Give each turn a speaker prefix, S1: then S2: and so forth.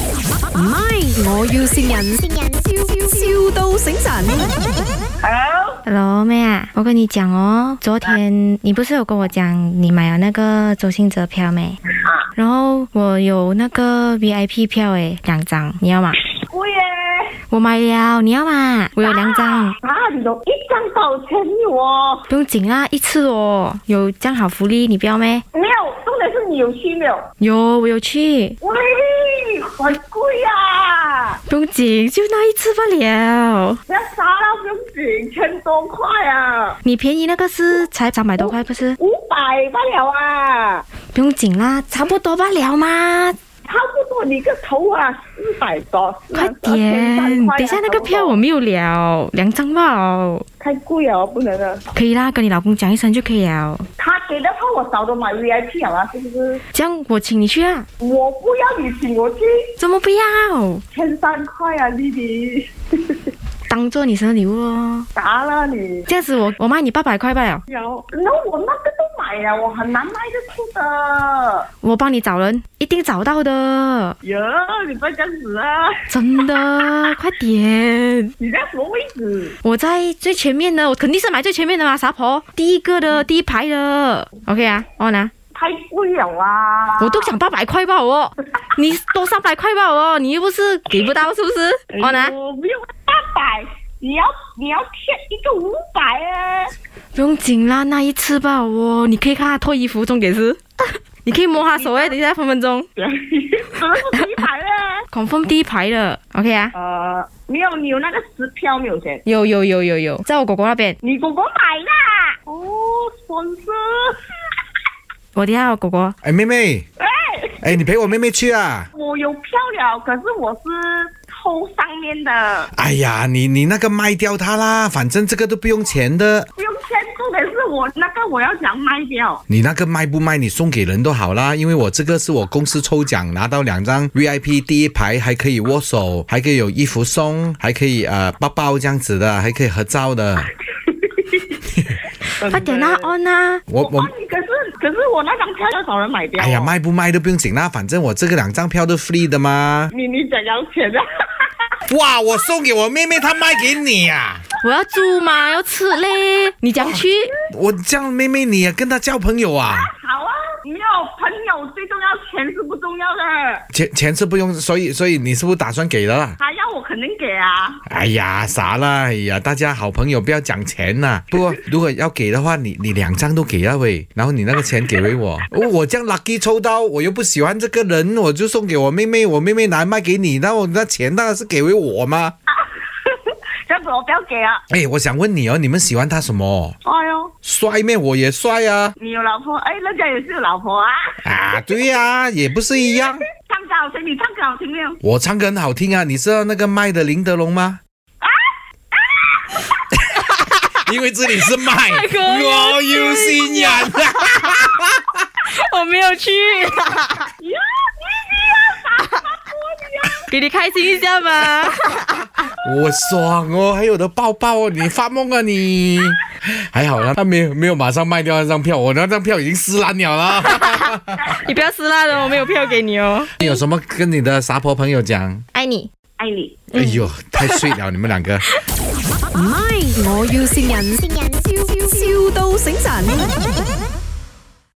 S1: 唔係，我要善人，笑笑到醒神。
S2: Hello，妹啊，我跟你讲哦，昨天你不是有跟我讲你买了那个周星哲票没？
S3: 啊，
S2: 然后我有那个 VIP 票诶，两张，你要吗？
S3: 贵耶！
S2: 我买了，你要吗？我有两张，
S3: 啊，你有一张多少钱哦？
S2: 不用紧啦，一次哦，有这样好福利，你不要咩？
S3: 没有，重点是你有去没有？
S2: 有，我有去，
S3: 喂，很贵啊！
S2: 不用紧，就那一次罢了。
S3: 不要杀到用几千多块啊，
S2: 你便宜那个是才三百多块，不是？
S3: 五百不了啊，
S2: 不用紧啦，差不多罢了嘛。
S3: 差不多你个头啊，四百多。
S2: 快
S3: 400
S2: 点，
S3: 块啊
S2: 等一下那个票我没有了，两张罢了。
S3: 太贵了，不能了。
S2: 可以啦，跟你老公讲一声就可以了。
S3: 他给的票我早都买 VIP 了嘛，是不是？
S2: 这样我请你去啊？
S3: 我不要你请我去，
S2: 怎么不要？
S3: 千三块啊，丽丽，
S2: 当做你生日礼物哦。
S3: 打了你。
S2: 这样子我我卖你八百块吧了，
S3: 有，那我那个都买了，我很难卖得出的。
S2: 我帮你找人，一定找到的，
S3: 哟，你不要这样子啊！
S2: 真的，快点！
S3: 你在什么位置？
S2: 我在最前面的，我肯定是买最前面的嘛，傻婆，第一个的，第一排的，OK 啊，我拿，
S3: 太贵了啊！
S2: 我都讲八百块吧我，你多三百块吧我，你又不是给不到是不是？哦我拿，
S3: 我哎没有八百，你要你要贴一个五百啊！
S2: 不用紧啦，那一次吧我，你可以看他脱衣服，重点是， 你可以摸他手哎，等一下分分钟
S3: 怎么是几百呢？
S2: ，confirm 第一排的，OK 啊，
S3: 呃，没有，你有那个支票没有钱？
S2: 有有有有有，在我狗狗那边。
S3: 你哥哥买的啊？哦，爽哥，
S2: 我等一下我狗狗，
S4: 哎，妹妹，哎，你陪我妹妹去啊！
S3: 我有票了，可是我是抽上面的，
S4: 哎呀，你你那个卖掉它啦，反正这个都不用钱的。
S3: 不用签，重点是我那个我要想卖掉。
S4: 你那个卖不卖，你送给人都好啦，因为我这个是我公司抽奖拿到两张 VIP 第一排，还可以握手，还可以有衣服送，还可以呃抱抱这样子的，还可以合照的。
S2: 快点啊啦，on 啦，
S4: 我我
S3: 哦，你可是可是我那张票哦要找人买掉、
S4: 哎呀，。卖不卖都不用紧啦，反正我这个两张票都 free 的嘛。
S3: 你你想要钱啊？
S4: 哇，我送给我妹妹，她卖给你啊！
S2: 我要住嘛，要吃嘞，你讲去，
S4: 我这样妹妹你也跟她交朋友啊？
S3: 好啊，没有朋友最重要，钱是不重要的，
S4: 钱钱是不用，所以所以你是不是打算给了啦？
S3: 他要我肯定给啊。
S4: 哎呀，傻啦！哎呀，大家好朋友不要讲钱啦。不过如果要给的话，你你两张都给啊喂，然后你那个钱给回我。哦我这样 lucky 抽到，我又不喜欢这个人，我就送给我妹妹，我妹妹拿来卖给你，那我那钱当然是给回我嘛。
S3: 这样子我不要给啊！
S4: 哎，我想问你哦，你们喜欢他什么？
S3: 哎呦，
S4: 帅咩？我也帅啊！
S3: 你有老婆，哎，人家也是有老婆啊。
S4: 啊，对呀、也不是一样。
S3: 唱歌好听，你唱歌好听没有？
S4: 我唱歌很好听啊，你知道那个麦的林德龙吗？ 因为这里是麦，我要新人。
S2: 我没有去， 给你开心一下嘛。
S4: 我爽哦，还有的抱抱哦，你发梦啊你！ 还好啦，他没有没有马上卖掉那张票，我那张票已经撕烂了 啦。
S2: 你不要撕烂了，我没有票给你哦。
S4: 你有什么跟你的傻婆朋友讲？
S2: 爱你。
S3: 爱你。
S4: 哎呦，太碎了，你们两个。
S1: 唔係，我要善人，笑笑到醒神。